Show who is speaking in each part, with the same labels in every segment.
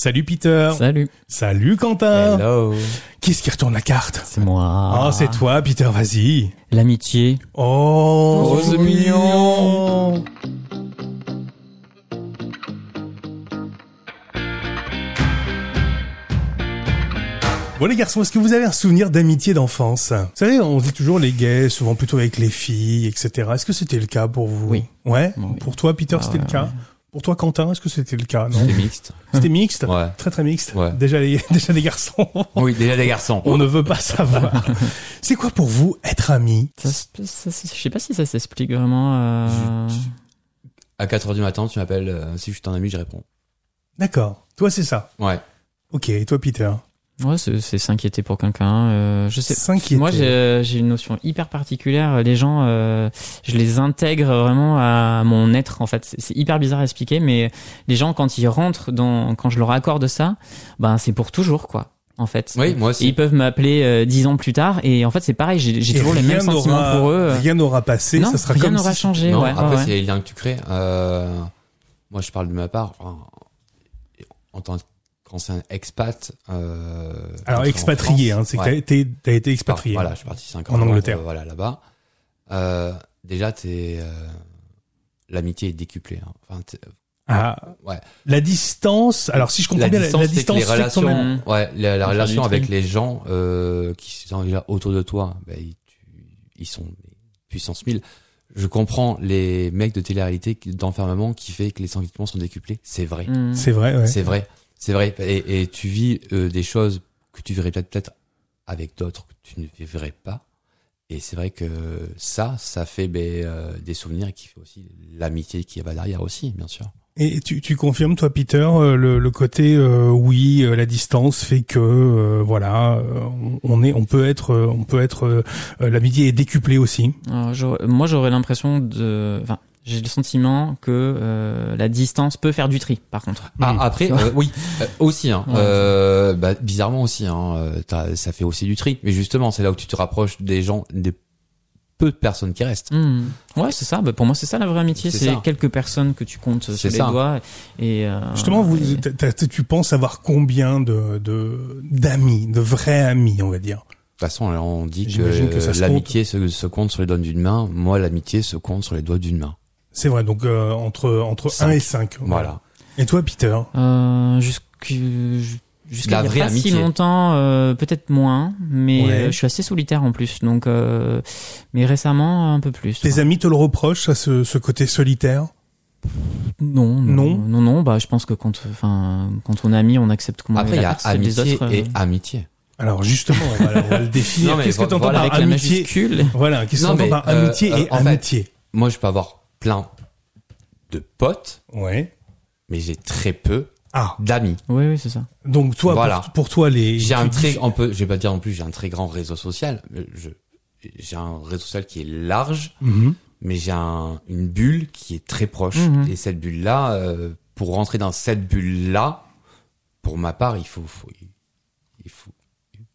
Speaker 1: Salut Peter.
Speaker 2: Salut.
Speaker 1: Salut Quentin.
Speaker 3: Hello.
Speaker 1: Qui est-ce qui retourne la carte
Speaker 2: C'est moi.
Speaker 1: Oh, c'est toi Peter, vas-y.
Speaker 2: L'amitié.
Speaker 1: Oh,
Speaker 3: Oh, c'est mignon.
Speaker 1: Bon les garçons, est-ce que vous avez un souvenir d'amitié d'enfance Vous savez, on dit toujours les gays, souvent plutôt avec les filles, etc. Est-ce que c'était le cas pour vous
Speaker 2: Oui.
Speaker 1: Ouais
Speaker 2: Oui.
Speaker 1: Pour toi Peter,
Speaker 2: Ah,
Speaker 1: c'était le
Speaker 2: ouais,
Speaker 1: cas
Speaker 2: ouais.
Speaker 1: Pour toi Quentin, est-ce que c'était le cas Non
Speaker 3: C'est mixte.
Speaker 1: C'était mixte
Speaker 3: Ouais.
Speaker 1: Très très mixte
Speaker 3: Ouais.
Speaker 1: Déjà les, déjà les garçons,
Speaker 3: Oui, déjà des garçons.
Speaker 1: on ne veut pas savoir. c'est quoi pour vous être ami
Speaker 2: Ça, se- ça se- je sais pas si ça s'explique vraiment. euh,
Speaker 3: À 4h du matin, tu m'appelles. euh, si je suis ton ami, je réponds.
Speaker 1: D'accord. Toi c'est ça
Speaker 3: Ouais.
Speaker 1: Ok, et toi Peter
Speaker 2: Ouais, c'est c'est s'inquiéter pour quelqu'un. euh, je sais.
Speaker 1: S'inquiéter.
Speaker 2: Moi, j'ai euh, j'ai une notion hyper particulière. Les gens, euh, je les intègre vraiment à mon être. En fait, C'est- c'est hyper bizarre à expliquer, mais les gens, quand ils rentrent dans, quand je leur accorde ça, ben c'est pour toujours, quoi. En fait.
Speaker 3: Oui,
Speaker 2: Et
Speaker 3: moi aussi.
Speaker 2: ils peuvent m'appeler euh, dix ans plus tard, et en fait, c'est pareil. J'ai j'ai
Speaker 1: Et
Speaker 2: toujours les
Speaker 1: rien
Speaker 2: mêmes sentiments
Speaker 1: n'aura-
Speaker 2: pour eux.
Speaker 1: Rien n'aura passé,
Speaker 2: non,
Speaker 1: ça sera
Speaker 2: rien
Speaker 1: comme
Speaker 2: n'aura
Speaker 1: si-
Speaker 2: changé.
Speaker 3: non,
Speaker 2: ouais, ouais,
Speaker 3: après,
Speaker 2: ouais.
Speaker 3: c'est les liens que tu crées. Euh, moi, je parle de ma part. Enfin, en tant qu'ancien expat. Euh,
Speaker 1: Alors
Speaker 3: entré en
Speaker 1: expatrié,
Speaker 3: France,
Speaker 1: hein, c'est
Speaker 3: ouais.
Speaker 1: que t'as été, t'as été expatrié.
Speaker 3: Voilà, je suis parti 5 ans.
Speaker 1: En
Speaker 3: avant,
Speaker 1: Angleterre.
Speaker 3: euh, voilà, là-bas. Euh, déjà, t'es. euh, L'amitié est décuplée. hein. Enfin, t'es-
Speaker 1: Ah,
Speaker 3: ouais.
Speaker 1: La distance. Alors si je comprends
Speaker 3: la
Speaker 1: bien, la-
Speaker 3: distance,
Speaker 1: la,
Speaker 3: c'est que
Speaker 1: distance
Speaker 3: les
Speaker 1: fait quand
Speaker 3: relations,
Speaker 1: même.
Speaker 3: ouais, la, la
Speaker 2: Enfin,
Speaker 3: relation
Speaker 2: du
Speaker 3: avec
Speaker 2: tri.
Speaker 3: les gens euh, qui sont déjà autour de toi, bah, ils, tu- ils sont des puissance 1000. Je comprends les mecs de télé-réalité qui- d'enfermement qui fait que les sentiments sont décuplés. C'est vrai,
Speaker 2: Mm.
Speaker 1: C'est vrai. Ouais.
Speaker 3: c'est vrai, c'est vrai. Et, et tu vis euh, des choses que tu verrais peut-être peut-être avec d'autres que tu ne vivrais pas. Et c'est vrai que ça, ça fait ben, euh, des souvenirs et qui fait aussi l'amitié qui va derrière aussi, bien sûr.
Speaker 1: Et tu, tu confirmes toi, Peter, euh, le, le côté euh, oui, euh, la distance fait que euh, voilà, euh, on- on est, on peut être, euh, on peut être, euh, euh, l'amitié est décuplée aussi.
Speaker 2: Alors, Ah, j'aurais- moi, j'aurais l'impression de. Enfin, j'ai le sentiment que euh, la distance peut faire du tri, par contre.
Speaker 3: Ah,
Speaker 1: Mm.
Speaker 3: après, euh, oui, euh, aussi. Hein,
Speaker 2: Ouais.
Speaker 3: euh, bah, bizarrement aussi, hein, euh, t'as- ça fait aussi du tri. Mais justement, c'est là où tu te rapproches des gens, des peu de personnes qui restent.
Speaker 2: Mm. Ouais, c'est ça. Bah, pour moi, c'est ça la vraie amitié.
Speaker 3: Mhm. C'est
Speaker 2: C'est
Speaker 3: ça.
Speaker 2: quelques personnes que tu comptes sur
Speaker 3: C'est
Speaker 2: les
Speaker 3: ça.
Speaker 2: doigts. Et,
Speaker 3: Ah,
Speaker 2: euh,
Speaker 1: Justement, vous,
Speaker 2: et-
Speaker 1: t'as- t'as- tu penses avoir combien de de- d'amis, de, vrais amis, on va dire.
Speaker 3: De toute façon, alors, on dit que,
Speaker 1: J'imagine que ça se
Speaker 3: l'amitié se, se compte sur les doigts d'une main. Moi, l'amitié se compte sur les doigts d'une main.
Speaker 1: C'est vrai. Donc euh, entre entre
Speaker 3: Cinq.
Speaker 1: 1 et 5.
Speaker 3: Voilà.
Speaker 1: Et toi, Peter
Speaker 2: euh, jusque- Jusqu'à
Speaker 3: La
Speaker 2: il y a
Speaker 3: vraie
Speaker 2: pas
Speaker 3: amitié.
Speaker 2: si longtemps, euh, peut-être moins, mais
Speaker 1: Ouais.
Speaker 2: euh, je suis assez solitaire en plus, donc euh, mais récemment un peu plus.
Speaker 1: Tes amis te le reprochent, ça, ce, ce côté solitaire
Speaker 2: Non,
Speaker 1: Non.
Speaker 2: non, non, non, bah je pense que quand, enfin, quand on est ami, on accepte comment
Speaker 3: Après,
Speaker 2: est
Speaker 3: il y
Speaker 2: la
Speaker 3: a
Speaker 2: personne des
Speaker 3: amitié
Speaker 2: autres. euh,
Speaker 3: et amitié.
Speaker 1: Alors justement, on va, on va le définir.
Speaker 3: Non, mais
Speaker 1: Qu'est-ce que
Speaker 3: vo-
Speaker 1: t'entends
Speaker 3: voilà,
Speaker 1: par
Speaker 2: avec la
Speaker 1: amitié
Speaker 2: majuscule.
Speaker 1: Voilà, qu'est-ce que
Speaker 3: Non,
Speaker 1: t'entends
Speaker 3: mais,
Speaker 1: par
Speaker 3: euh,
Speaker 1: amitié
Speaker 3: euh,
Speaker 1: et
Speaker 3: en fait-
Speaker 1: amitié
Speaker 3: Moi, je peux avoir plein de potes,
Speaker 1: Ouais.
Speaker 3: mais j'ai très peu
Speaker 1: Ah,
Speaker 3: d'amis.
Speaker 2: Oui, oui, c'est ça.
Speaker 1: donc toi, pour-
Speaker 3: Voilà.
Speaker 1: pour, toi, les...
Speaker 3: J'ai un
Speaker 1: tu-
Speaker 3: très, on peut, je vais pas dire non plus, j'ai un très grand réseau social. mais Je, j'ai un réseau social qui est large,
Speaker 1: Mhm.
Speaker 3: mais j'ai un, une bulle qui est très proche.
Speaker 2: Mhm.
Speaker 3: Et cette bulle-là, euh, pour rentrer dans cette bulle-là, pour ma part, il faut, faut- il faut,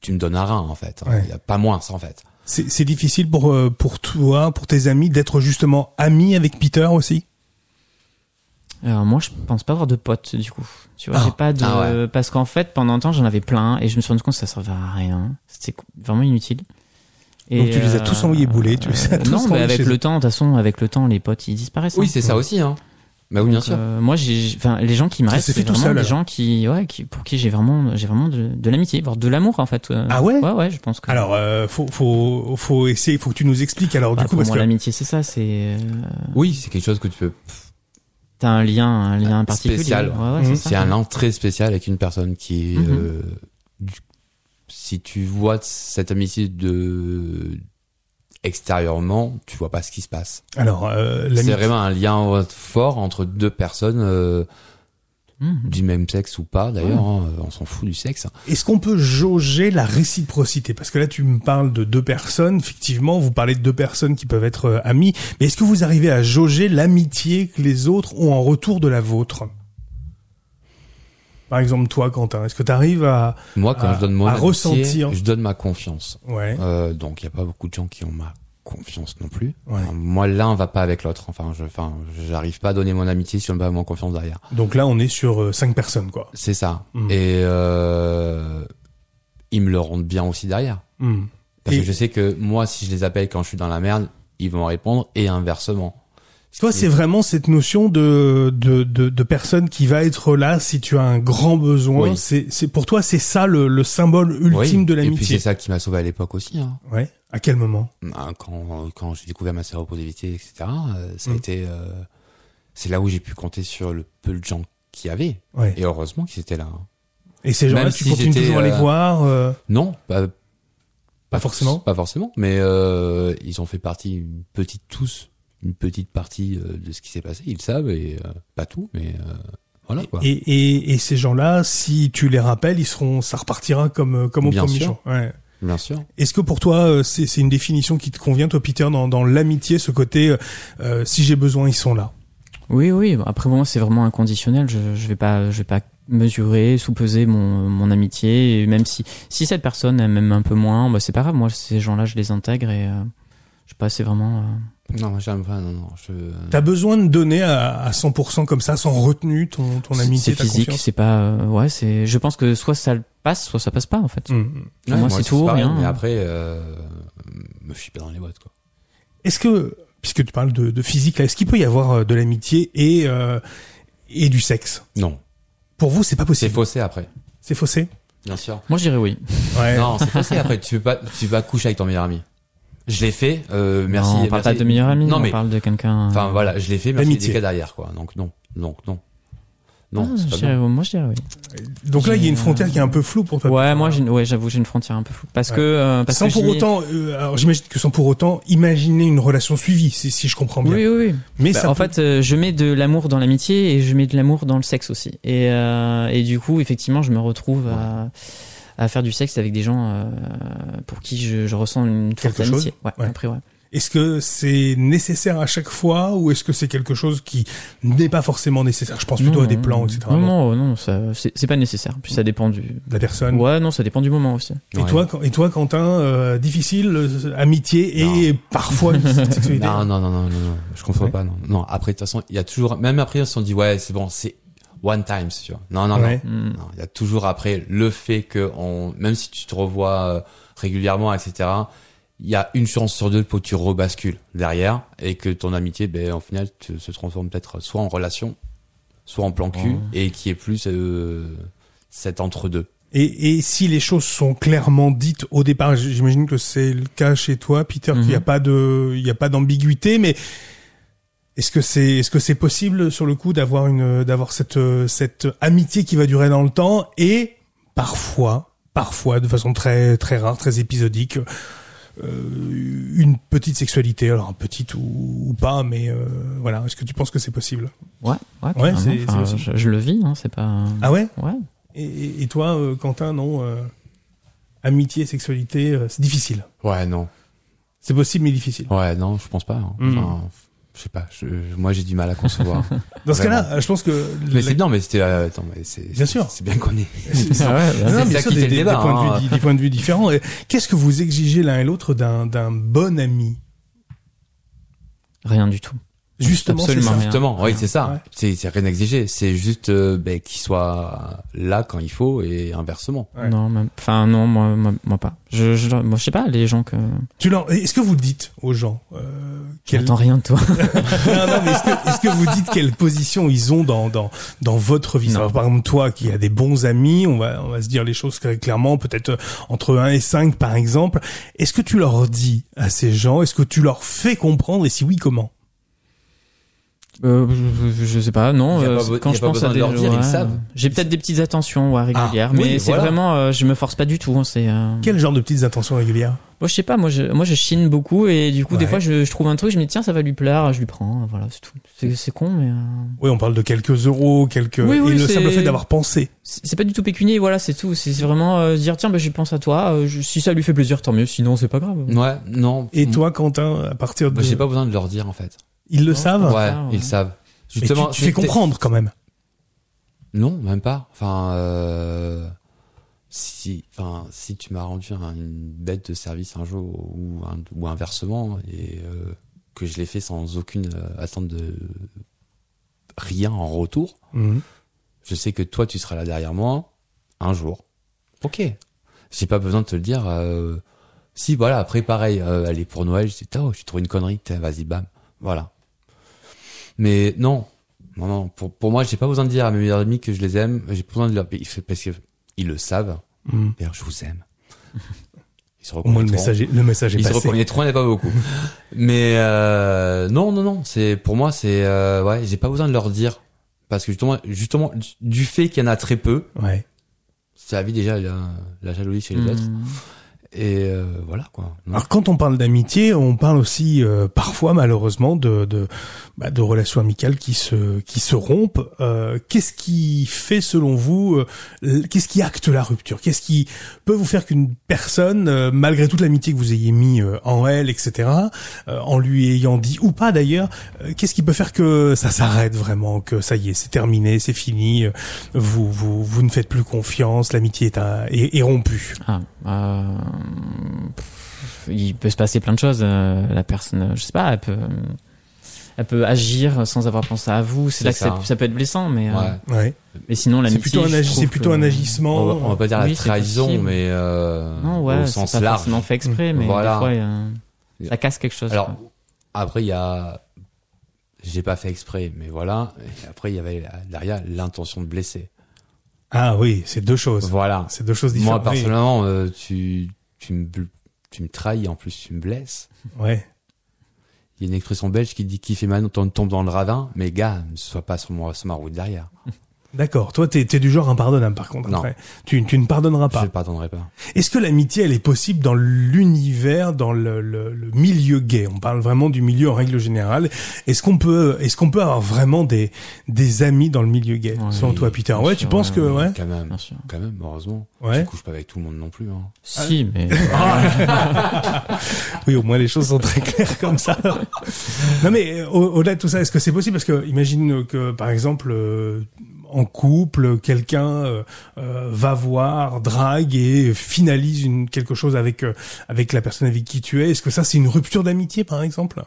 Speaker 3: tu me donnes un rein en fait. hein.
Speaker 1: Ouais.
Speaker 3: Il y a pas moins en fait.
Speaker 1: C'est c'est difficile pour, euh, pour toi, pour tes amis, d'être justement ami avec Peter aussi
Speaker 2: Alors Euh, moi, je pense pas avoir de potes du coup. Tu vois,
Speaker 1: Ah.
Speaker 2: j'ai pas de
Speaker 3: Ah ouais.
Speaker 2: parce qu'en fait, pendant un temps, j'en avais plein et je me suis rendu compte que ça servait à rien. C'était co- vraiment inutile. Et, euh,
Speaker 1: Donc tu les as tous envoyés bouler, tu les as tous
Speaker 2: Non, mais
Speaker 1: envoyés
Speaker 2: avec
Speaker 1: chez eux.
Speaker 2: le temps, de toute façon, avec le temps, les potes ils disparaissent.
Speaker 3: Oui,
Speaker 2: hein.
Speaker 3: c'est ça aussi. Hein. Bah oui, bien
Speaker 2: Donc,
Speaker 3: sûr.
Speaker 2: euh, moi, j'ai, j'ai- enfin, les gens qui me
Speaker 1: Ça
Speaker 2: restent,
Speaker 1: s'est fait
Speaker 2: c'est
Speaker 1: tout
Speaker 2: vraiment
Speaker 1: seul,
Speaker 2: des
Speaker 1: alors.
Speaker 2: gens qui, ouais, qui, pour qui j'ai vraiment, j'ai vraiment de, de l'amitié, voire de l'amour en fait. Euh,
Speaker 1: Ah ouais
Speaker 2: Ouais, ouais, je pense que.
Speaker 1: Alors, euh, faut, faut, faut essayer, faut que tu nous expliques. Alors,
Speaker 2: Bah,
Speaker 1: du coup,
Speaker 2: pour
Speaker 1: parce
Speaker 2: moi,
Speaker 1: que...
Speaker 2: l'amitié, c'est ça, c'est. euh,
Speaker 3: Oui, c'est quelque chose que tu peux.
Speaker 2: T'as un lien, un
Speaker 1: Ah,
Speaker 2: lien particulier.
Speaker 3: Spécial.
Speaker 2: Ouais, ouais,
Speaker 1: Mhm.
Speaker 2: c'est ça.
Speaker 3: C'est un lien très spécial avec une personne qui. est,
Speaker 2: Mhm.
Speaker 3: euh, du- si tu vois cette amitié de extérieurement, tu vois pas ce qui se passe.
Speaker 1: Alors, euh,
Speaker 3: C'est
Speaker 1: l'amitié-
Speaker 3: vraiment un lien euh, fort entre deux personnes euh,
Speaker 2: Mhm.
Speaker 3: du même sexe ou pas. D'ailleurs,
Speaker 1: Ah.
Speaker 3: hein, euh, on s'en fout du sexe.
Speaker 1: Est-ce qu'on peut jauger la réciprocité Parce que là, tu me parles de deux personnes. Effectivement, vous parlez de deux personnes qui peuvent être euh, amies. Mais est-ce que vous arrivez à jauger l'amitié que les autres ont en retour de la vôtre Par exemple, toi, Quentin, est-ce que tu arrives à...
Speaker 3: Moi, quand
Speaker 1: À-
Speaker 3: je donne mon
Speaker 1: à
Speaker 3: amitié,
Speaker 1: ressentir.
Speaker 3: je donne ma confiance.
Speaker 1: Ouais.
Speaker 3: Euh, donc, il y a pas beaucoup de gens qui ont ma confiance non plus.
Speaker 1: Ouais.
Speaker 3: Enfin, moi, l'un va pas avec l'autre. Enfin, je, enfin, j'arrive pas à donner mon amitié si on me pas mon confiance derrière.
Speaker 1: Donc là, on est sur euh, cinq personnes, quoi.
Speaker 3: C'est ça.
Speaker 1: Mm.
Speaker 3: Et euh, ils me le rendent bien aussi derrière.
Speaker 1: Hmm.
Speaker 3: Parce
Speaker 1: Et-
Speaker 3: que je sais que moi, si je les appelle quand je suis dans la merde, ils vont répondre et inversement.
Speaker 1: Toi, c'est vraiment cette notion de, de, de, de personne qui va être là si tu as un grand besoin.
Speaker 3: Oui.
Speaker 1: C'est, c'est, pour toi, c'est ça le, le symbole
Speaker 3: Oui.
Speaker 1: ultime de
Speaker 3: Et puis
Speaker 1: l'amitié.
Speaker 3: c'est ça qui m'a sauvé à l'époque aussi. hein.
Speaker 1: Ouais. À quel moment
Speaker 3: Ben, Quand, quand j'ai découvert ma séropositivité, etc., euh, ça
Speaker 1: Mm.
Speaker 3: a été. euh, c'est là où j'ai pu compter sur le peu de gens qu'il y avait.
Speaker 1: Ouais.
Speaker 3: Et heureusement qu'ils étaient là. hein.
Speaker 1: Et ces gens-là,
Speaker 3: Même
Speaker 1: tu
Speaker 3: si
Speaker 1: continues
Speaker 3: j'étais,
Speaker 1: toujours à les
Speaker 3: euh,
Speaker 1: voir. euh,
Speaker 3: Non, pas,
Speaker 1: Pas forcément.
Speaker 3: Pas forcément, mais euh, ils ont fait partie une petite tous, une petite partie euh, de ce qui s'est passé. Ils le savent et euh, pas tout, mais euh, voilà quoi.
Speaker 1: Et, et, et ces gens-là, si tu les rappelles, ils seront, ça repartira comme, euh, comme au
Speaker 3: Bien
Speaker 1: premier
Speaker 3: sûr.
Speaker 1: jour. Ouais.
Speaker 3: Bien sûr.
Speaker 1: Est-ce que pour toi, euh, c'est, c'est une définition qui te convient, toi, Peter, dans, dans l'amitié, ce côté, euh, euh, si j'ai besoin, ils sont là.
Speaker 2: Oui, oui. bon, Après, moi, c'est vraiment inconditionnel. Je, je vais pas, je vais pas mesurer, sous-peser mon, mon amitié. Et même si, si cette personne elle m'aime un peu moins, bah, c'est pas grave. Moi, ces gens-là, je les intègre et euh, je sais pas, c'est vraiment. euh,
Speaker 3: Non, moi, j'aime pas. Non, non. Je...
Speaker 1: T'as besoin de donner à, à 100% comme ça, sans retenue, ton, ton
Speaker 2: c'est-
Speaker 1: amitié,
Speaker 2: c'est
Speaker 1: ta
Speaker 2: physique.
Speaker 1: confiance.
Speaker 2: C'est pas. euh, ouais, c'est. Je pense que soit ça le passe, soit ça passe pas en fait.
Speaker 1: Hmm.
Speaker 2: Pour moi, c'est tout ou
Speaker 3: pareil,
Speaker 2: rien.
Speaker 3: Mais après, euh, me suis pas dans les boîtes quoi.
Speaker 1: Est-ce que, puisque tu parles de, de physique, là, est-ce qu'il peut y avoir euh, de l'amitié et, euh, et du sexe
Speaker 3: Non,
Speaker 1: Pour vous, c'est pas
Speaker 3: c'est
Speaker 1: possible.
Speaker 3: faussé après.
Speaker 1: C'est faussé
Speaker 3: Bien sûr.
Speaker 2: Moi, je dirais oui.
Speaker 1: Ouais.
Speaker 3: Non, c'est faussé après. Tu peux pas, tu vas coucher avec ton meilleur ami. Je l'ai fait. Euh, merci.
Speaker 2: Non, on parle pas
Speaker 3: merci.
Speaker 2: de meilleur ami.
Speaker 3: Non
Speaker 2: on
Speaker 3: mais
Speaker 2: parle de quelqu'un. euh,
Speaker 3: Enfin voilà, je l'ai fait, mais
Speaker 1: L'amitié.
Speaker 3: c'est cas derrière quoi. Donc non, donc non, non.
Speaker 2: Ah,
Speaker 3: c'est
Speaker 2: je
Speaker 3: pas
Speaker 2: dirais-
Speaker 3: bien.
Speaker 2: moi, je dirais oui.
Speaker 1: Donc là, il y a une
Speaker 2: J'ai, euh,
Speaker 1: frontière qui est un peu floue pour toi.
Speaker 2: Ouais, moi, j'ai une- ouais, j'avoue, j'ai une frontière un peu floue. Parce
Speaker 1: Ouais.
Speaker 2: que, euh, parce
Speaker 1: sans
Speaker 2: que
Speaker 1: pour
Speaker 2: j'y-
Speaker 1: autant, euh, alors j'imagine que sans pour autant imaginer une relation suivie, si, si je comprends bien.
Speaker 2: Oui, oui, oui.
Speaker 1: Mais
Speaker 2: Bah,
Speaker 1: ça
Speaker 2: en
Speaker 1: peut-
Speaker 2: fait, euh, je mets de l'amour dans l'amitié et je mets de l'amour dans le sexe aussi. Et, euh, et du coup, effectivement, je me retrouve à, à faire du sexe avec des gens euh, pour qui je, je ressens une forte
Speaker 1: Quelque chose
Speaker 2: amitié. Ouais,
Speaker 1: Ouais.
Speaker 2: après, ouais.
Speaker 1: est-ce que c'est nécessaire à chaque fois ou est-ce que c'est quelque chose qui n'est pas forcément nécessaire Je pense plutôt
Speaker 2: Non,
Speaker 1: à des
Speaker 2: non,
Speaker 1: plans, etc.
Speaker 2: Mmh. Non, non, non, ça- c'est c'est pas nécessaire. Puis ça dépend du.
Speaker 1: De la personne.
Speaker 2: Ouais, non, ça dépend du moment aussi.
Speaker 1: Et
Speaker 3: Ouais.
Speaker 1: toi, Qu- et toi, Quentin, euh, difficile, euh, amitié et parfois sexualité.
Speaker 3: Non, non, non, non, non, non, je comprends
Speaker 1: Ouais.
Speaker 3: pas. Non, non. Après, de toute façon, il y a toujours, même après, ils se sont dit, ouais, c'est bon, c'est one time, tu vois. Non, non,
Speaker 1: Ouais.
Speaker 2: Hmm.
Speaker 3: non. Non, Il y a toujours après le fait que on, même si tu te revois euh, régulièrement, etc. Il y a une chance sur deux pour que tu rebascules derrière et que ton amitié, ben, en final, te- se transforme peut-être soit en relation, soit en plan cul
Speaker 2: Oh.
Speaker 3: et qui est plus euh, cet entre deux.
Speaker 1: Et, et si les choses sont clairement dites au départ, j- j'imagine que c'est le cas chez toi, Peter, qu'il n'y a
Speaker 2: Mhm.
Speaker 1: pas de, il y a pas d'ambiguïté, mais est-ce que c'est, est-ce que c'est possible sur le coup d'avoir une, d'avoir cette, euh, cette amitié qui va durer dans le temps et parfois, parfois de façon très, très rare, très épisodique, euh, une petite sexualité, alors petite ou, ou pas, mais euh, voilà, est-ce que tu penses que c'est possible
Speaker 2: Ouais, ouais,
Speaker 1: Ouais,
Speaker 2: carrément.
Speaker 1: c'est-
Speaker 2: Enfin,
Speaker 1: c'est possible.
Speaker 2: je, je le vis, hein, c'est pas.
Speaker 1: Ah ouais
Speaker 2: Ouais.
Speaker 1: et, et- et toi, euh, Quentin, non euh, Amitié, sexualité, euh, c'est difficile.
Speaker 3: Ouais, non.
Speaker 1: C'est possible mais difficile.
Speaker 3: Ouais, non, je pense pas. hein.
Speaker 1: Mm.
Speaker 3: Enfin, je sais pas. je- je- moi, j'ai du mal à concevoir.
Speaker 1: Dans ce
Speaker 3: Vraiment.
Speaker 1: cas-là, je pense que
Speaker 3: mais
Speaker 1: la-
Speaker 3: c'est bien, mais c'était. euh, attends, mais c'est.
Speaker 1: Bien sûr.
Speaker 3: C'est bien qu'on est.
Speaker 2: Ah
Speaker 1: Non, non,
Speaker 3: c'est
Speaker 1: bien
Speaker 3: ça
Speaker 1: sûr,
Speaker 3: qui
Speaker 1: des,
Speaker 3: fait le
Speaker 1: des- des
Speaker 3: débat,
Speaker 1: points de
Speaker 3: hein.
Speaker 1: vue, des points de vue différents. Et Qu'est-ce que vous exigez l'un et l'autre d'un d'un bon ami
Speaker 2: Rien du tout.
Speaker 1: Justement, c'est
Speaker 2: Absolument
Speaker 1: ça.
Speaker 2: rien.
Speaker 3: Justement, oui, c'est
Speaker 1: Ouais.
Speaker 3: ça. C'est C'est rien exigé. C'est juste euh, ben, qu'il soit là quand il faut et inversement.
Speaker 1: Ouais.
Speaker 2: Non, même- enfin non, moi, moi, moi pas. Je, je, moi, je sais pas, les gens que.
Speaker 1: Tu leur- Est-ce que vous dites aux gens euh, quelle...
Speaker 2: J'attends rien de toi.
Speaker 1: Non, non, mais est-ce que, est-ce que vous dites quelle position ils ont dans dans dans votre vie
Speaker 2: Non.
Speaker 1: Alors, Par exemple, toi qui as des bons amis, on va on va se dire les choses très clairement, peut-être euh, entre 1 et 5 par exemple. Est-ce que tu leur dis à ces gens Est-ce que tu leur fais comprendre Et si oui, comment
Speaker 2: Euh, je, je- je sais pas, non.
Speaker 3: Y a
Speaker 2: euh,
Speaker 3: pas be-
Speaker 2: quand
Speaker 3: y a
Speaker 2: je
Speaker 3: pas
Speaker 2: pense à
Speaker 3: besoin de
Speaker 2: des
Speaker 3: leur dire, ils
Speaker 2: ouais,
Speaker 3: savent.
Speaker 2: euh, J'ai peut-être des petites attentions ouais, régulières,
Speaker 1: Ah,
Speaker 2: mais
Speaker 1: oui,
Speaker 2: c'est
Speaker 1: voilà.
Speaker 2: vraiment, euh, je me force pas du tout. hein, c'est. euh,
Speaker 1: Quel genre de petites intentions régulières
Speaker 2: Moi, je sais pas. Moi, je, moi, je chine beaucoup et du coup,
Speaker 1: Ouais.
Speaker 2: des fois, je, je trouve un truc, je me dis tiens, ça va lui plaire, je lui prends. Voilà, c'est tout. C'est c'est con, mais euh,
Speaker 1: Oui, on parle de quelques euros, quelques
Speaker 2: Oui, oui,
Speaker 1: et le
Speaker 2: c'est-
Speaker 1: simple fait d'avoir pensé.
Speaker 2: c'est c'est pas du tout pécunier. Voilà, c'est tout. C'est c'est vraiment euh, se dire tiens, bah, je pense à toi. euh, je- si ça lui fait plaisir, tant mieux. Sinon, c'est pas grave.
Speaker 3: Ouais, non.
Speaker 1: Et
Speaker 3: Mm.
Speaker 1: toi, Quentin, à partir de,
Speaker 3: Moi, J'ai pas besoin de leur dire en fait.
Speaker 1: ils le
Speaker 2: Non,
Speaker 1: savent.
Speaker 2: Ah,
Speaker 3: Ouais,
Speaker 2: ouais.
Speaker 3: ils savent.
Speaker 1: Mais tu-
Speaker 3: Justement,
Speaker 1: tu, fais
Speaker 3: c'était-
Speaker 1: comprendre quand même.
Speaker 3: Non, même pas. Enfin, euh, si- si, enfin, si tu m'as rendu un- une bête de service un jour ou, un- ou inversement et euh, que je l'ai fait sans aucune euh, attente de rien en retour,
Speaker 1: Mhm.
Speaker 3: je sais que toi tu seras là derrière moi un jour. Ok. J'ai pas besoin de te le dire. euh, Si voilà, après pareil, euh, allez pour Noël, je dis oh, j'ai trouvé une connerie, tiens, vas-y bam, voilà. Mais non, non non, pour pour moi j'ai pas besoin de dire à mes meilleurs amis que je les aime, j'ai pas besoin de leur parce que ils le savent.
Speaker 1: Mhm.
Speaker 3: D'ailleurs, je vous aime. Ils se
Speaker 1: Au moins, le
Speaker 3: reconnaîtront.
Speaker 1: message, est- le message est
Speaker 3: Ils se
Speaker 1: passé.
Speaker 3: reconnaîtront, il n'y en a pas beaucoup. Mais euh, non, non, non. C'est pour moi, c'est euh, ouais, j'ai pas besoin de leur dire parce que justement, justement, du- du fait qu'il y en a très peu,
Speaker 1: Ouais.
Speaker 3: ça évite déjà la, la jalousie chez les
Speaker 2: Hmm.
Speaker 3: autres. Et euh, voilà quoi. Non.
Speaker 1: Alors quand on parle d'amitié, on parle aussi euh, parfois malheureusement de de, bah, de relations amicales qui se qui se rompent. Euh, qu'est-ce qui fait selon vous euh, l- Qu'est-ce qui acte la rupture Qu'est-ce qui peut vous faire qu'une personne, euh, malgré toute l'amitié que vous ayez mis euh, en elle, etc., euh, en lui ayant dit ou pas d'ailleurs, euh, qu'est-ce qui peut faire que ça s'arrête vraiment, que ça y est, c'est terminé, c'est fini, euh, vous vous vous ne faites plus confiance, l'amitié est, à- est, est rompue.
Speaker 2: Ah, euh, pff, il peut se passer plein de choses. euh, La personne, euh, je sais pas, elle peut, elle peut agir sans avoir pensé à vous. C'est
Speaker 3: C'est
Speaker 2: là que
Speaker 3: ça,
Speaker 2: ça,
Speaker 3: hein.
Speaker 2: ça peut être blessant, mais,
Speaker 1: Ah.
Speaker 2: euh,
Speaker 3: Ouais.
Speaker 1: Ouais.
Speaker 2: mais sinon,
Speaker 1: C'est
Speaker 2: l'amitié.
Speaker 1: plutôt un
Speaker 2: je
Speaker 1: agi-
Speaker 2: trouve
Speaker 1: c'est plutôt
Speaker 2: que-
Speaker 1: un agissement.
Speaker 3: On, va, on va pas dire
Speaker 2: Oui,
Speaker 3: la
Speaker 2: c'est
Speaker 3: trahison,
Speaker 2: possible.
Speaker 3: mais euh,
Speaker 2: Non, ouais,
Speaker 3: au
Speaker 2: c'est
Speaker 3: sens
Speaker 2: pas
Speaker 3: large.
Speaker 2: forcément fait exprès, mais
Speaker 3: Voilà.
Speaker 2: des fois, euh, ça casse quelque chose.
Speaker 3: Alors
Speaker 2: quoi.
Speaker 3: après, il y a, j'ai pas fait exprès, mais voilà. Et après, il y avait la- derrière l'intention de blesser.
Speaker 1: Ah oui, c'est deux choses.
Speaker 3: Voilà.
Speaker 1: C'est deux choses
Speaker 3: Moi
Speaker 1: différentes.
Speaker 3: personnellement, euh, tu tu me bl- tu me trahis en plus, tu me blesses.
Speaker 1: Ouais.
Speaker 3: Il y a une expression belge qui dit qui fait mal on tombe dans le ravin, mais gars, ne sois pas sur, moi, sur ma route derrière.
Speaker 1: D'accord. Toi, t'es es du genre impardonnable, par contre.
Speaker 3: Non.
Speaker 1: Après. Tu, tu ne pardonneras
Speaker 3: Je
Speaker 1: Ah, pas.
Speaker 3: ne pardonnerai pas.
Speaker 1: Est-ce que l'amitié, elle est possible dans l'univers, dans le, le- le milieu gay On parle vraiment du milieu en règle générale. Est-ce qu'on peut, est-ce qu'on peut avoir vraiment des des amis dans le milieu gay
Speaker 2: Ouais,
Speaker 1: Selon toi,
Speaker 2: oui,
Speaker 1: Peter
Speaker 2: bien
Speaker 1: Ouais,
Speaker 2: sûr,
Speaker 1: tu penses que
Speaker 2: ouais,
Speaker 1: ouais,
Speaker 3: Quand même,
Speaker 2: Bien sûr.
Speaker 1: Ah.
Speaker 3: quand même, heureusement.
Speaker 1: ouais.
Speaker 3: Tu couches pas avec tout le monde non plus. Hein.
Speaker 2: Si, mais
Speaker 1: Oui, au moins les choses sont très claires comme ça. non mais euh, au- au-delà de tout ça, est-ce que c'est possible Parce que imagine que par exemple euh, en couple, quelqu'un euh, euh, va voir, drague et finalise une, quelque chose avec euh, avec la personne avec qui tu es. Est-ce que ça c'est une rupture d'amitié par exemple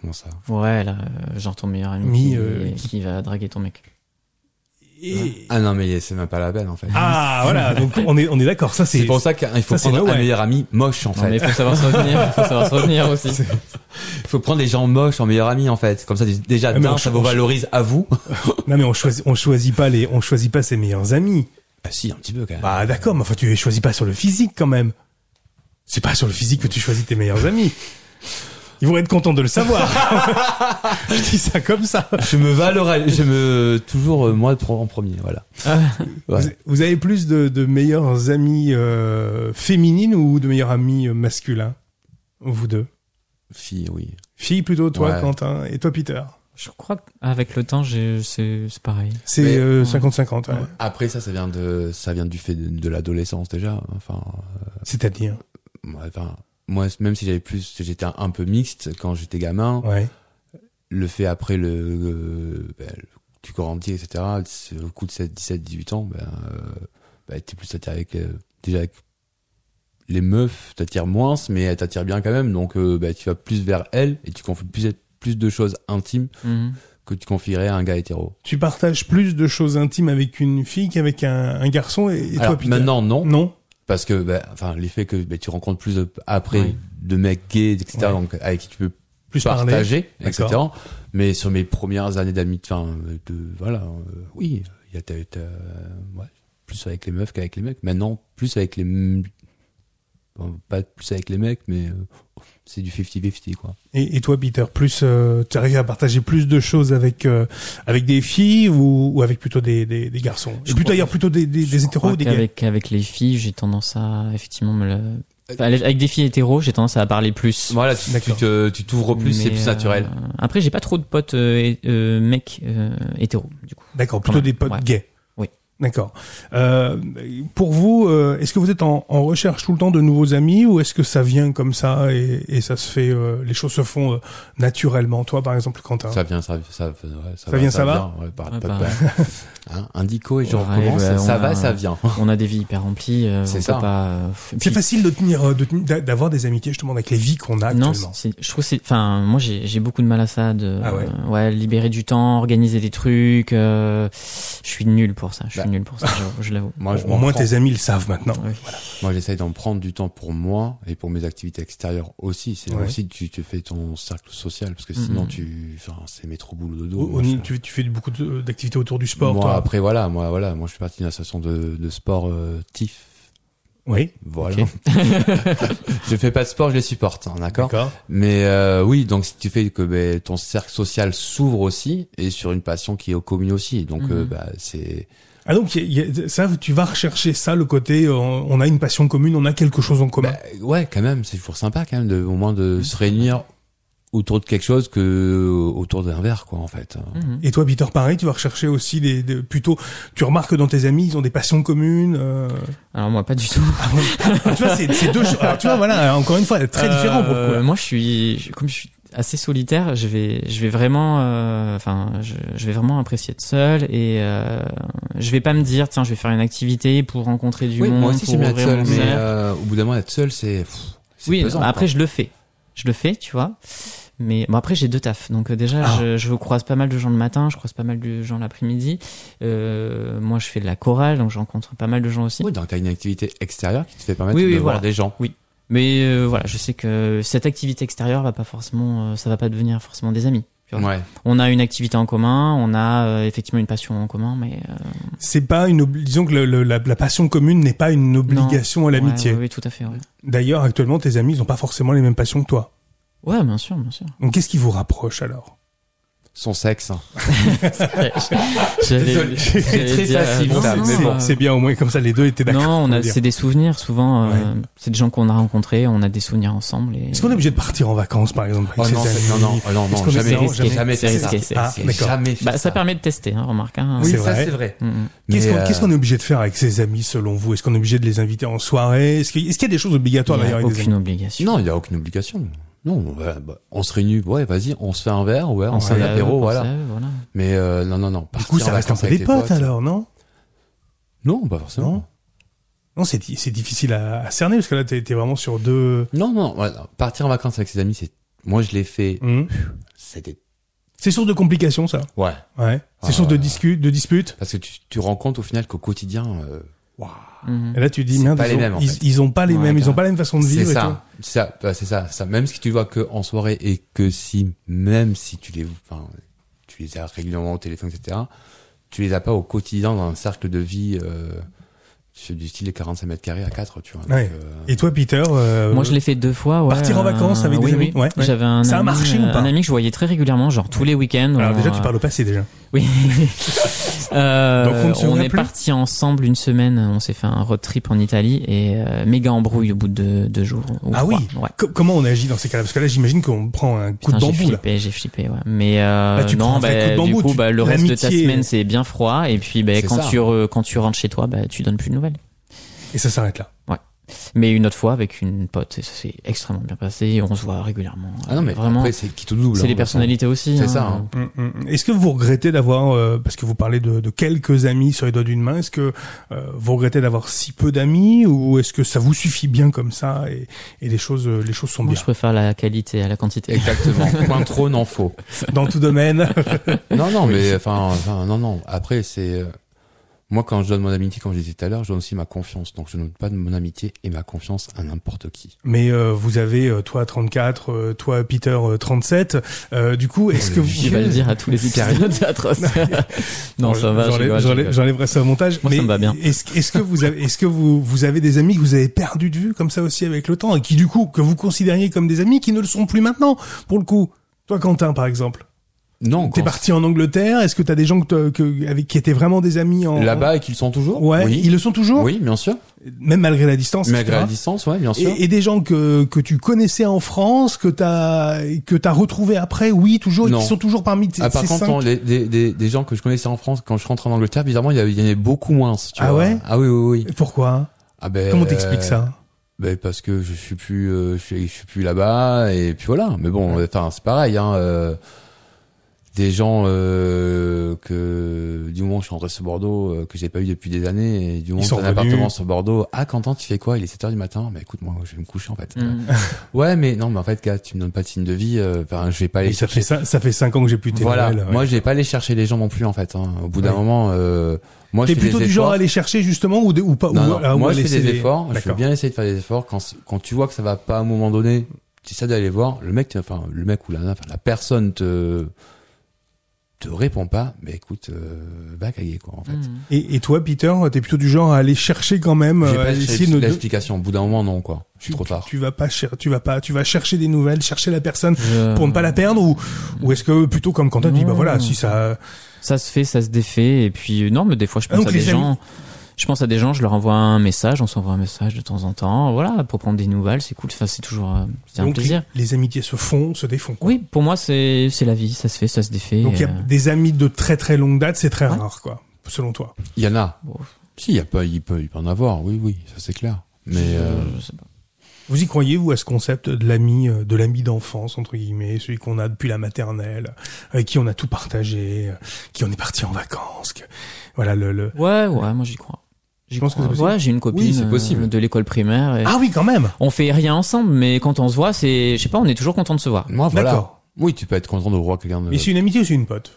Speaker 3: Comment ça
Speaker 2: ouais, là, euh, genre ton meilleur ami
Speaker 1: Mi,
Speaker 2: qui,
Speaker 1: euh,
Speaker 2: qui va draguer ton mec.
Speaker 1: Et-
Speaker 3: Ah non, mais c'est même pas la peine en fait.
Speaker 1: Ah voilà, donc on est on est d'accord. Ça
Speaker 3: c'est
Speaker 1: c'est
Speaker 3: pour ça qu'il faut
Speaker 1: ça, c'est
Speaker 3: prendre
Speaker 1: no
Speaker 3: un
Speaker 1: way.
Speaker 3: meilleur ami moche en
Speaker 2: Non, mais
Speaker 3: fait.
Speaker 2: faut savoir se retenir, faut savoir se retenir aussi.
Speaker 3: Il faut prendre les gens moches en meilleur ami en fait. Comme ça, déjà,
Speaker 1: Mais
Speaker 3: d'un,
Speaker 1: on-
Speaker 3: ça vous
Speaker 1: on-
Speaker 3: valorise à vous.
Speaker 1: non mais on choisit on choisit pas les on choisit pas ses meilleurs amis.
Speaker 3: Bah si, un petit peu quand même.
Speaker 1: Bah d'accord, mais enfin tu les choisis pas sur le physique quand même. C'est pas sur le physique que tu choisis tes meilleurs amis. Ils vont être contents de le savoir. Je dis ça comme ça.
Speaker 3: Je me valorise, je me toujours euh, moi en premier, voilà. Ouais.
Speaker 1: Vous- Vous avez plus de, de meilleurs amis euh, féminines ou de meilleurs amis euh, masculins Vous deux.
Speaker 3: Fille, oui.
Speaker 1: Fille plutôt, toi
Speaker 3: Ouais.
Speaker 1: Quentin, et toi Peter.
Speaker 2: Je crois qu'avec le temps, j'ai- c'est c'est pareil.
Speaker 1: C'est
Speaker 3: Mais-
Speaker 1: euh, 50-50. ouais.
Speaker 3: Après ça, ça vient de, ça vient du fait de, de l'adolescence déjà. Enfin,
Speaker 1: C'est-à-dire
Speaker 3: euh, ouais, enfin, moi, même si j'avais plus, j'étais un, un peu mixte quand j'étais gamin.
Speaker 1: Ouais.
Speaker 3: Le fait après le, le- ben, le- tu grandis, etc. c'est Le coup de 7, 17, 18 ans, ben, euh, ben, t'es plus attiré avec, euh, déjà avec les meufs, t'attires moins, mais elles t'attirent bien quand même. Donc, euh, ben, tu vas plus vers elles et tu confies plus, plus de choses intimes
Speaker 2: Mhm.
Speaker 3: que tu confierais à un gars hétéro.
Speaker 1: Tu partages plus de choses intimes avec une fille qu'avec un, un garçon et, et
Speaker 3: Alors,
Speaker 1: toi Peter
Speaker 3: maintenant, non.
Speaker 1: Non
Speaker 3: Parce que, bah, enfin, l'effet que bah, tu rencontres plus de- après
Speaker 2: Oui.
Speaker 3: de mecs gays, etc.,
Speaker 1: Ouais.
Speaker 3: donc, avec qui tu peux
Speaker 1: Plus parler
Speaker 3: partager, etc.
Speaker 1: D'accord.
Speaker 3: Mais sur mes premières années d'amitié, enfin, euh, de, voilà, euh, oui, il y a, t'as- t'as- ouais, plus avec les meufs qu'avec les mecs. Maintenant, plus avec les, m- bon, pas plus avec les mecs, mais euh, c'est du 50-50, quoi.
Speaker 1: Et, et toi, Peter, plus euh, tu arrives à partager plus de choses avec euh, avec des filles ou, ou avec plutôt des, des, des garçons Et
Speaker 2: Je
Speaker 1: plutôt
Speaker 2: crois-
Speaker 1: d'ailleurs plutôt des, des, des
Speaker 2: Je
Speaker 1: hétéros
Speaker 2: crois
Speaker 1: ou des gays
Speaker 2: qu'avec- Avec les filles, j'ai tendance à effectivement me le- enfin,
Speaker 3: Euh,
Speaker 2: avec avec des filles hétéros, j'ai tendance à parler plus.
Speaker 3: Voilà, tu tu
Speaker 1: D'accord.
Speaker 3: te- tu t'ouvres plus, c'est
Speaker 2: Mais,
Speaker 3: plus
Speaker 2: euh,
Speaker 3: naturel.
Speaker 2: après, j'ai pas trop de potes euh, hé- euh, mecs euh, hétéros, du coup.
Speaker 1: D'accord, plutôt
Speaker 2: Ouais.
Speaker 1: des potes
Speaker 2: Ouais.
Speaker 1: gays.
Speaker 2: Oui.
Speaker 1: D'accord. Euh, pour vous, euh, est-ce que vous êtes en, en recherche tout le temps de nouveaux amis ou est-ce que ça vient comme ça et, et ça se fait, euh, les choses se font euh, naturellement Toi, par exemple, Quentin.
Speaker 3: Ça vient, ça, ça, ouais,
Speaker 1: Ça vient, ça va Ah,
Speaker 3: vient, ouais, par-
Speaker 2: Ouais,
Speaker 3: par-
Speaker 2: bah.
Speaker 3: hein, Indico et je
Speaker 2: Ouais,
Speaker 3: recommence,
Speaker 2: bah,
Speaker 3: ça
Speaker 2: on
Speaker 3: va,
Speaker 2: a-
Speaker 3: ça vient.
Speaker 2: On a des vies hyper remplies. euh,
Speaker 3: C'est
Speaker 2: on peut
Speaker 3: ça.
Speaker 2: pas, euh, f- et
Speaker 1: C'est
Speaker 2: puis-
Speaker 1: facile de tenir, euh, de tenir- d'a- d'avoir des amitiés justement avec les vies qu'on a
Speaker 2: Non,
Speaker 1: actuellement.
Speaker 2: c'est- je trouve que c'est. Enfin, moi j'ai j'ai beaucoup de mal à ça. De,
Speaker 1: Ah ouais
Speaker 2: euh, libérer du temps, organiser des trucs. euh, je suis nul pour ça. Je suis
Speaker 3: Bah.
Speaker 2: nul pour ça. Je, je l'avoue.
Speaker 3: Moi, je
Speaker 1: Au
Speaker 3: m'en
Speaker 1: moins,
Speaker 3: prends-
Speaker 1: tes amis le savent maintenant.
Speaker 2: Ouais.
Speaker 3: Moi, j'essaye d'en prendre du temps pour moi et pour mes activités extérieures aussi. C'est là
Speaker 1: Ouais.
Speaker 3: aussi que tu te fais ton cercle social parce que sinon,
Speaker 2: Mhm.
Speaker 3: tu, enfin, c'est métro boulot dodo.
Speaker 1: Au-
Speaker 3: Moi,
Speaker 1: au-
Speaker 3: je-
Speaker 1: tu, tu fais beaucoup de- d'activités autour du sport,
Speaker 3: moi,
Speaker 1: toi.
Speaker 3: après, voilà, moi, voilà, moi, je suis parti d'une association de, de sport euh, TIF.
Speaker 1: Oui.
Speaker 3: Voilà. je fais pas de sport, je les supporte, hein, d'accord.
Speaker 1: D'accord.
Speaker 3: Mais euh, oui, donc si tu fais que ben, ton cercle social s'ouvre aussi et sur une passion qui est commune aussi, donc
Speaker 1: Mm-hmm.
Speaker 2: Mhm.
Speaker 3: euh, bah, c'est
Speaker 1: Ah donc il y a- il y a- ça, tu vas rechercher ça, le côté euh, on on a une passion commune, on a quelque chose en commun.
Speaker 3: Bah, ouais, quand même, c'est toujours sympa quand même de, au moins de se réunir autour de quelque chose que euh, autour d'un verre, quoi, en fait. hein.
Speaker 2: Mhm.
Speaker 1: Et toi, Peter, pareil, tu vas rechercher aussi des, des- plutôt. Tu remarques que dans tes amis, ils ont des passions communes. euh, Ah,
Speaker 2: Alors moi pas du tout.
Speaker 1: tu vois, c'est c'est deux. choses- Alors, tu vois, voilà, encore une fois, très différent pour le
Speaker 2: Euh,
Speaker 1: coup. hein.
Speaker 2: Moi, je suis, je- comme je suis assez solitaire, je vais, je vais vraiment, euh, enfin, je, je vais vraiment apprécier être seul et euh, je vais pas me dire, tiens, je vais faire une activité pour rencontrer du
Speaker 3: Oui,
Speaker 2: monde,
Speaker 3: moi aussi
Speaker 2: pour
Speaker 3: j'aime bien être
Speaker 2: ouvrir
Speaker 3: seul,
Speaker 2: mon
Speaker 3: mais
Speaker 2: cercle.
Speaker 3: euh, au bout d'un moment être seul, c'est pff, c'est
Speaker 2: oui,
Speaker 3: pesant,
Speaker 2: après
Speaker 3: quoi.
Speaker 2: je le fais, je le fais, tu vois. Mais bon, après j'ai deux tafs, donc euh, déjà
Speaker 1: Ah.
Speaker 2: je, je croise pas mal de gens le matin, je croise pas mal de gens l'après-midi. Euh, moi, je fais de la chorale, donc je rencontre pas mal de gens aussi.
Speaker 3: Oui, donc t'as une activité extérieure qui te fait permettre
Speaker 2: Oui,
Speaker 3: de
Speaker 2: oui,
Speaker 3: voir
Speaker 2: voilà.
Speaker 3: des gens.
Speaker 2: Mais euh, voilà, je sais que cette activité extérieure va pas forcément, euh, ça va pas devenir forcément des amis. tu vois.
Speaker 3: Ouais.
Speaker 2: on a une activité en commun, on a euh, effectivement une passion en commun, mais euh,
Speaker 1: C'est pas une. obli- Disons que le- le- la, la passion commune n'est pas une obligation à l'amitié.
Speaker 2: ouais, ouais, ouais, tout à fait. Ouais.
Speaker 1: D'ailleurs, actuellement, tes amis, ils ont pas forcément les mêmes passions que toi.
Speaker 2: Ouais, bien sûr, bien sûr.
Speaker 1: Donc, qu'est-ce qui vous rapproche alors
Speaker 3: Son sexe. hein.
Speaker 2: J'allais-
Speaker 3: Désolé,
Speaker 2: j'allais
Speaker 3: c'est très
Speaker 2: dire, euh,
Speaker 3: facile,
Speaker 2: non,
Speaker 3: ça,
Speaker 2: non,
Speaker 3: mais
Speaker 1: C'est
Speaker 2: euh,
Speaker 1: c'est bien au moins comme ça, les deux étaient d'accord.
Speaker 2: Non, on
Speaker 1: va
Speaker 2: a,
Speaker 1: dire.
Speaker 2: c'est des souvenirs souvent. euh, C'est des gens qu'on a rencontrés, on a des souvenirs ensemble. Et...
Speaker 1: Est-ce qu'on est obligé de partir en vacances, par exemple, avec
Speaker 3: Oh
Speaker 1: ses
Speaker 3: non,
Speaker 1: amis
Speaker 3: c'est- non, non, oh non,
Speaker 1: Est-ce
Speaker 3: non,
Speaker 1: qu'on essaie-
Speaker 3: jamais, jamais, jamais
Speaker 2: C'est
Speaker 3: fait ça.
Speaker 2: risqué, c'est
Speaker 1: risqué. Ah, d'accord.
Speaker 3: Jamais fait
Speaker 2: bah, ça
Speaker 3: ça.
Speaker 2: permet de tester, hein, remarque. Hein,
Speaker 1: Oui,
Speaker 3: Oui,
Speaker 1: c'est
Speaker 3: ça
Speaker 1: vrai.
Speaker 3: c'est vrai.
Speaker 2: Mm, mm.
Speaker 1: Qu'est-ce
Speaker 3: Mais,
Speaker 1: qu'on
Speaker 3: euh,
Speaker 1: qu'est-ce qu'on est obligé de faire avec ses amis selon vous Est-ce qu'on est obligé de les inviter en soirée Est-ce qu'il- est-ce qu'il y a des choses obligatoires
Speaker 2: Il y a
Speaker 1: d'ailleurs avec des
Speaker 2: aucune
Speaker 1: amis
Speaker 2: obligation.
Speaker 3: euh, Non, il n'y a aucune obligation. Non, on va- bah, on se réunit, ouais, vas-y, on se fait un verre, ouais, on se fait
Speaker 2: Pensez
Speaker 3: un
Speaker 2: à eux,
Speaker 3: apéro,
Speaker 2: pensez
Speaker 3: voilà.
Speaker 2: à eux, voilà.
Speaker 3: Mais euh, non, non, non.
Speaker 1: Du coup, ça reste un peu des potes, alors, non
Speaker 3: Non, pas
Speaker 1: Non.
Speaker 3: forcément.
Speaker 1: Non, c'est di- c'est difficile à, à cerner parce que là, t'es t'es vraiment sur deux.
Speaker 3: Non, non, voilà. partir en vacances avec ses amis, c'est. Moi, je l'ai fait.
Speaker 1: Hum.
Speaker 3: C'était.
Speaker 1: C'est source de complications, ça.
Speaker 3: Ouais.
Speaker 1: Ouais. C'est
Speaker 3: Ah,
Speaker 1: source de
Speaker 3: ouais.
Speaker 1: discute, de disputes.
Speaker 3: Parce que tu, tu rends compte au final qu'au quotidien, euh,
Speaker 2: Mhm.
Speaker 1: Et là, tu te dis,
Speaker 3: C'est
Speaker 1: merde,
Speaker 3: pas
Speaker 1: ils,
Speaker 3: les
Speaker 1: ont,
Speaker 3: mêmes, en
Speaker 1: ils,
Speaker 3: fait.
Speaker 1: ils ont pas les
Speaker 2: Ouais,
Speaker 1: mêmes, ils ont
Speaker 2: grave.
Speaker 1: pas la même façon de
Speaker 3: c'est
Speaker 1: vivre. et
Speaker 3: ça, c'est ça, bah, c'est ça, ça. Même si tu vois que en soirée et que si, même si tu les, enfin, tu les as régulièrement au téléphone, etc. Tu les as pas au quotidien dans un cercle de vie euh, c'est du style des 45 mètres carrés à 4 tu vois. Donc,
Speaker 1: Ouais.
Speaker 3: euh,
Speaker 1: tout. Et toi, Peter euh,
Speaker 2: Moi, je l'ai fait deux fois. ouais,
Speaker 1: Partir en
Speaker 2: euh,
Speaker 1: vacances avec
Speaker 2: oui,
Speaker 1: des
Speaker 2: oui.
Speaker 1: amis, ouais, ouais.
Speaker 2: J'avais un,
Speaker 1: Ça a
Speaker 2: ami,
Speaker 1: marché ou
Speaker 2: euh,
Speaker 1: pas
Speaker 2: un ami que je voyais très régulièrement, genre tous les week-ends.
Speaker 1: Alors
Speaker 2: on-
Speaker 1: déjà, tu parles au passé déjà.
Speaker 2: Oui. Euh,
Speaker 1: Donc, on ne se
Speaker 2: on
Speaker 1: voit
Speaker 2: est
Speaker 1: plus
Speaker 2: parti ensemble une semaine. On s'est fait un road trip en Italie et euh, méga embrouille au bout de deux jours. ou
Speaker 1: Ah
Speaker 2: trois,
Speaker 1: oui.
Speaker 2: Ouais.
Speaker 1: Co- comment on agit dans ces cas-là Parce que là, j'imagine qu'on prend un coup
Speaker 2: Putain,
Speaker 1: de
Speaker 2: j'ai
Speaker 1: bambou là.
Speaker 2: flippé, j'ai flippé, ouais. Mais euh,
Speaker 1: Là, tu prends un
Speaker 2: non,
Speaker 1: vrai
Speaker 2: bah,
Speaker 1: coup de bambou,
Speaker 2: du coup,
Speaker 1: tu-
Speaker 2: bah, le reste de ta
Speaker 1: l'amitié-
Speaker 2: semaine c'est bien froid et puis bah,
Speaker 3: C'est
Speaker 2: quand
Speaker 3: ça.
Speaker 2: tu re- quand tu rentres chez toi, bah, tu donnes plus de nouvelles.
Speaker 1: Et ça s'arrête là.
Speaker 2: Mais une autre fois avec une pote, et ça s'est extrêmement bien passé. et On se voit régulièrement.
Speaker 3: Ah non, mais
Speaker 2: vraiment,
Speaker 3: après, c'est qui tout double.
Speaker 2: c'est
Speaker 3: hein,
Speaker 2: les
Speaker 3: de toute façon.
Speaker 2: personnalités aussi.
Speaker 3: C'est
Speaker 2: hein.
Speaker 3: ça, hein.
Speaker 1: Mm, mm, mm. Est-ce que vous regrettez d'avoir, euh, parce que vous parlez de, de quelques amis sur les doigts d'une main, est-ce que euh, vous regrettez d'avoir si peu d'amis ou est-ce que ça vous suffit bien comme ça et, et les choses, euh, les choses sont
Speaker 2: Moi,
Speaker 1: bien
Speaker 2: je préfère la qualité à la quantité.
Speaker 3: Exactement. Point trop, non faux.
Speaker 1: dans tout domaine
Speaker 3: Non, non, mais enfin, enfin, non, non. Après, c'est euh, moi quand je donne mon amitié, comme je disais tout à l'heure, je donne aussi ma confiance. Donc, je ne donne pas de mon amitié et ma confiance à n'importe qui.
Speaker 1: Mais euh, vous avez euh, toi 34, euh, toi Peter euh, 37. Euh, du coup, est-ce que vous
Speaker 2: Je vais le dire à tous les épisodes c'est atroce. non, ça va, je
Speaker 1: J'enlève-
Speaker 2: rigole, je
Speaker 1: j'enlève-
Speaker 2: rigole.
Speaker 1: J'enlèverai ça au montage.
Speaker 2: Moi, ça
Speaker 1: mais
Speaker 2: me va bien.
Speaker 1: Est-ce que- est-ce que vous avez, est-ce que vous, vous avez des amis que vous avez perdu de vue comme ça aussi avec le temps et qui du coup que vous considériez comme des amis qui ne le sont plus maintenant pour le coup Toi Quentin par exemple.
Speaker 3: Non,
Speaker 1: T'es
Speaker 3: quand-
Speaker 1: parti en Angleterre. Est-ce que t'as des gens que, t'as- que- avec qui étaient vraiment des amis en
Speaker 3: là-bas et qu'ils le sont toujours
Speaker 1: Ouais.
Speaker 3: oui.
Speaker 1: Ils le sont toujours.
Speaker 3: Oui, bien sûr.
Speaker 1: Même malgré la distance.
Speaker 3: Malgré
Speaker 1: etc.
Speaker 3: la distance, ouais, bien sûr.
Speaker 1: Et, et des gens que, que tu connaissais en France, que t'as que t'as retrouvé après, oui, toujours, et
Speaker 3: Non.
Speaker 1: qui sont toujours parmi tes.
Speaker 3: Ah, par
Speaker 1: ces
Speaker 3: contre,
Speaker 1: cinq.
Speaker 3: non, les- des, des, des gens que je connaissais en France, quand je rentre en Angleterre, bizarrement, il y, avait- il y en avait beaucoup moins. Tu
Speaker 1: Ah
Speaker 3: vois.
Speaker 1: ouais
Speaker 3: Ah oui, oui, oui.
Speaker 1: Pourquoi
Speaker 3: Ah ben,
Speaker 1: Comment t'expliques ça
Speaker 3: Ben parce que je suis plus, euh, je, suis, je suis plus là-bas et puis voilà. Mais bon, enfin c'est pareil. Hein, euh, des gens euh, que du moment où je suis rentré sur Bordeaux, euh, que j'ai pas eu depuis des années, et du moment où
Speaker 1: sont
Speaker 3: t'as un
Speaker 1: revenus.
Speaker 3: appartement sur Bordeaux, ah Quentin, tu fais quoi Il est 7 heures du matin. Ben écoute, moi, je vais me coucher en fait.
Speaker 2: Mm.
Speaker 3: Ouais, mais non, mais en fait, gars, tu me donnes pas de signe de vie. euh, Enfin, je vais pas aller
Speaker 1: Et ça fait cin-
Speaker 3: chercher.
Speaker 1: ça fait cinq ans que j'ai plus tes
Speaker 3: Voilà.
Speaker 1: nouvelles, ouais.
Speaker 3: Moi, je vais pas aller chercher les gens non plus en fait. hein. Au bout d'un
Speaker 1: Ouais.
Speaker 3: moment, euh, moi, je
Speaker 1: T'es
Speaker 3: fais
Speaker 1: plutôt
Speaker 3: des
Speaker 1: du genre
Speaker 3: efforts.
Speaker 1: à aller chercher justement ou, de- ou pas
Speaker 3: Non,
Speaker 1: ou,
Speaker 3: non.
Speaker 1: à- ou à
Speaker 3: Moi, je fais
Speaker 1: laisser
Speaker 3: des
Speaker 1: les-
Speaker 3: efforts. Je veux
Speaker 1: D'accord.
Speaker 3: bien essayer de faire des efforts. Quand, quand tu vois que ça va pas à un moment donné, tu essaies d'aller voir. Le mec, te- enfin, le mec ou la, enfin, la personne te te répond pas. Mais écoute, euh, va caguer quoi en fait.
Speaker 2: Mm.
Speaker 1: Et, et toi, Peter, t'es plutôt du genre à aller chercher quand même,
Speaker 3: J'ai
Speaker 1: euh,
Speaker 3: pas
Speaker 1: à essayer de.
Speaker 3: cherché
Speaker 1: de-
Speaker 3: l'explication. Au bout d'un moment, non quoi. Je suis
Speaker 1: tu,
Speaker 3: trop tard.
Speaker 1: tu vas pas cher- tu vas pas, tu vas chercher des nouvelles, chercher la personne
Speaker 2: Je-
Speaker 1: pour ne pas la perdre ou ou est-ce que plutôt comme quand t'as dit
Speaker 2: Non.
Speaker 1: bah voilà si ça
Speaker 2: ça se fait, ça se défait. Et puis, euh, non, mais des fois, je
Speaker 1: Ah,
Speaker 2: pense
Speaker 1: donc
Speaker 2: à des
Speaker 1: les amis-
Speaker 2: gens. Je pense à des gens, je leur envoie un message, on s'envoie un message de temps en temps, voilà, pour prendre des nouvelles, c'est cool, enfin, c'est toujours, euh, c'est un
Speaker 1: donc
Speaker 2: plaisir.
Speaker 1: les, les amitiés se font, se défont. quoi.
Speaker 2: Oui, pour moi, c'est, c'est la vie, ça se fait, ça se défait.
Speaker 1: Donc il y a
Speaker 2: euh,
Speaker 1: des amis de très très longue date, c'est très
Speaker 2: Ouais.
Speaker 1: rare quoi, selon toi.
Speaker 3: Il y en a.
Speaker 2: Bon.
Speaker 3: Si, il y a pas, il peut, il peut en avoir. Oui, oui, ça c'est clair. Mais
Speaker 2: je-
Speaker 3: euh,
Speaker 2: je sais pas.
Speaker 1: Vous y croyez vous à ce concept de l'ami euh, de l'ami d'enfance entre guillemets, celui qu'on a depuis la maternelle, avec qui on a tout partagé, euh, qui on est parti en vacances, que- voilà le, le...
Speaker 2: Ouais, ouais, moi, j'y crois. J'y
Speaker 1: Tu penses que
Speaker 2: crois.
Speaker 1: c'est possible
Speaker 2: Ouais, j'ai une copine
Speaker 3: Oui, c'est
Speaker 2: euh,
Speaker 3: possible.
Speaker 2: de l'école primaire. et
Speaker 1: Ah oui quand même.
Speaker 2: On fait rien ensemble, mais quand on se voit, c'est, je sais pas, on est toujours content de se voir.
Speaker 3: moi, voilà.
Speaker 1: D'accord.
Speaker 3: Oui, tu peux être content de voir
Speaker 2: Euh.
Speaker 3: quelqu'un de.
Speaker 1: Mais c'est une amitié ou c'est une pote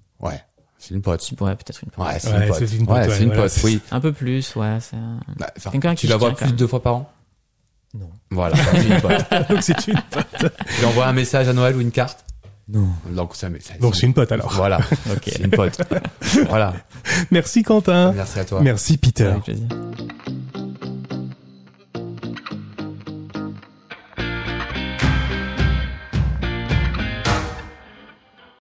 Speaker 3: Ouais, c'est une pote.
Speaker 2: Tu pourrais peut-être une fois.
Speaker 3: Ouais, c'est
Speaker 1: Ouais,
Speaker 3: une pote.
Speaker 1: c'est une pote,
Speaker 3: Ouais,
Speaker 1: ouais,
Speaker 3: c'est une
Speaker 1: voilà,
Speaker 3: pote.
Speaker 1: c'est-
Speaker 3: Oui.
Speaker 2: Un peu plus, ouais, c'est un-
Speaker 3: Bah, enfin,
Speaker 2: Quelqu'un
Speaker 3: tu
Speaker 2: qui
Speaker 3: la
Speaker 2: se
Speaker 3: vois
Speaker 2: tient
Speaker 3: plus
Speaker 2: quand
Speaker 3: de deux fois par an
Speaker 2: Non.
Speaker 3: Voilà, c'est une pote.
Speaker 1: Donc c'est une pote.
Speaker 3: Tu lui envoies un message à Noël ou une carte
Speaker 2: Non.
Speaker 3: Donc c'est un message.
Speaker 1: Donc c'est une pote alors.
Speaker 3: Voilà,
Speaker 2: Ok.
Speaker 3: c'est une pote. voilà,
Speaker 1: Merci Quentin.
Speaker 3: merci à toi.
Speaker 1: Hein Merci Peter.
Speaker 2: Avec plaisir.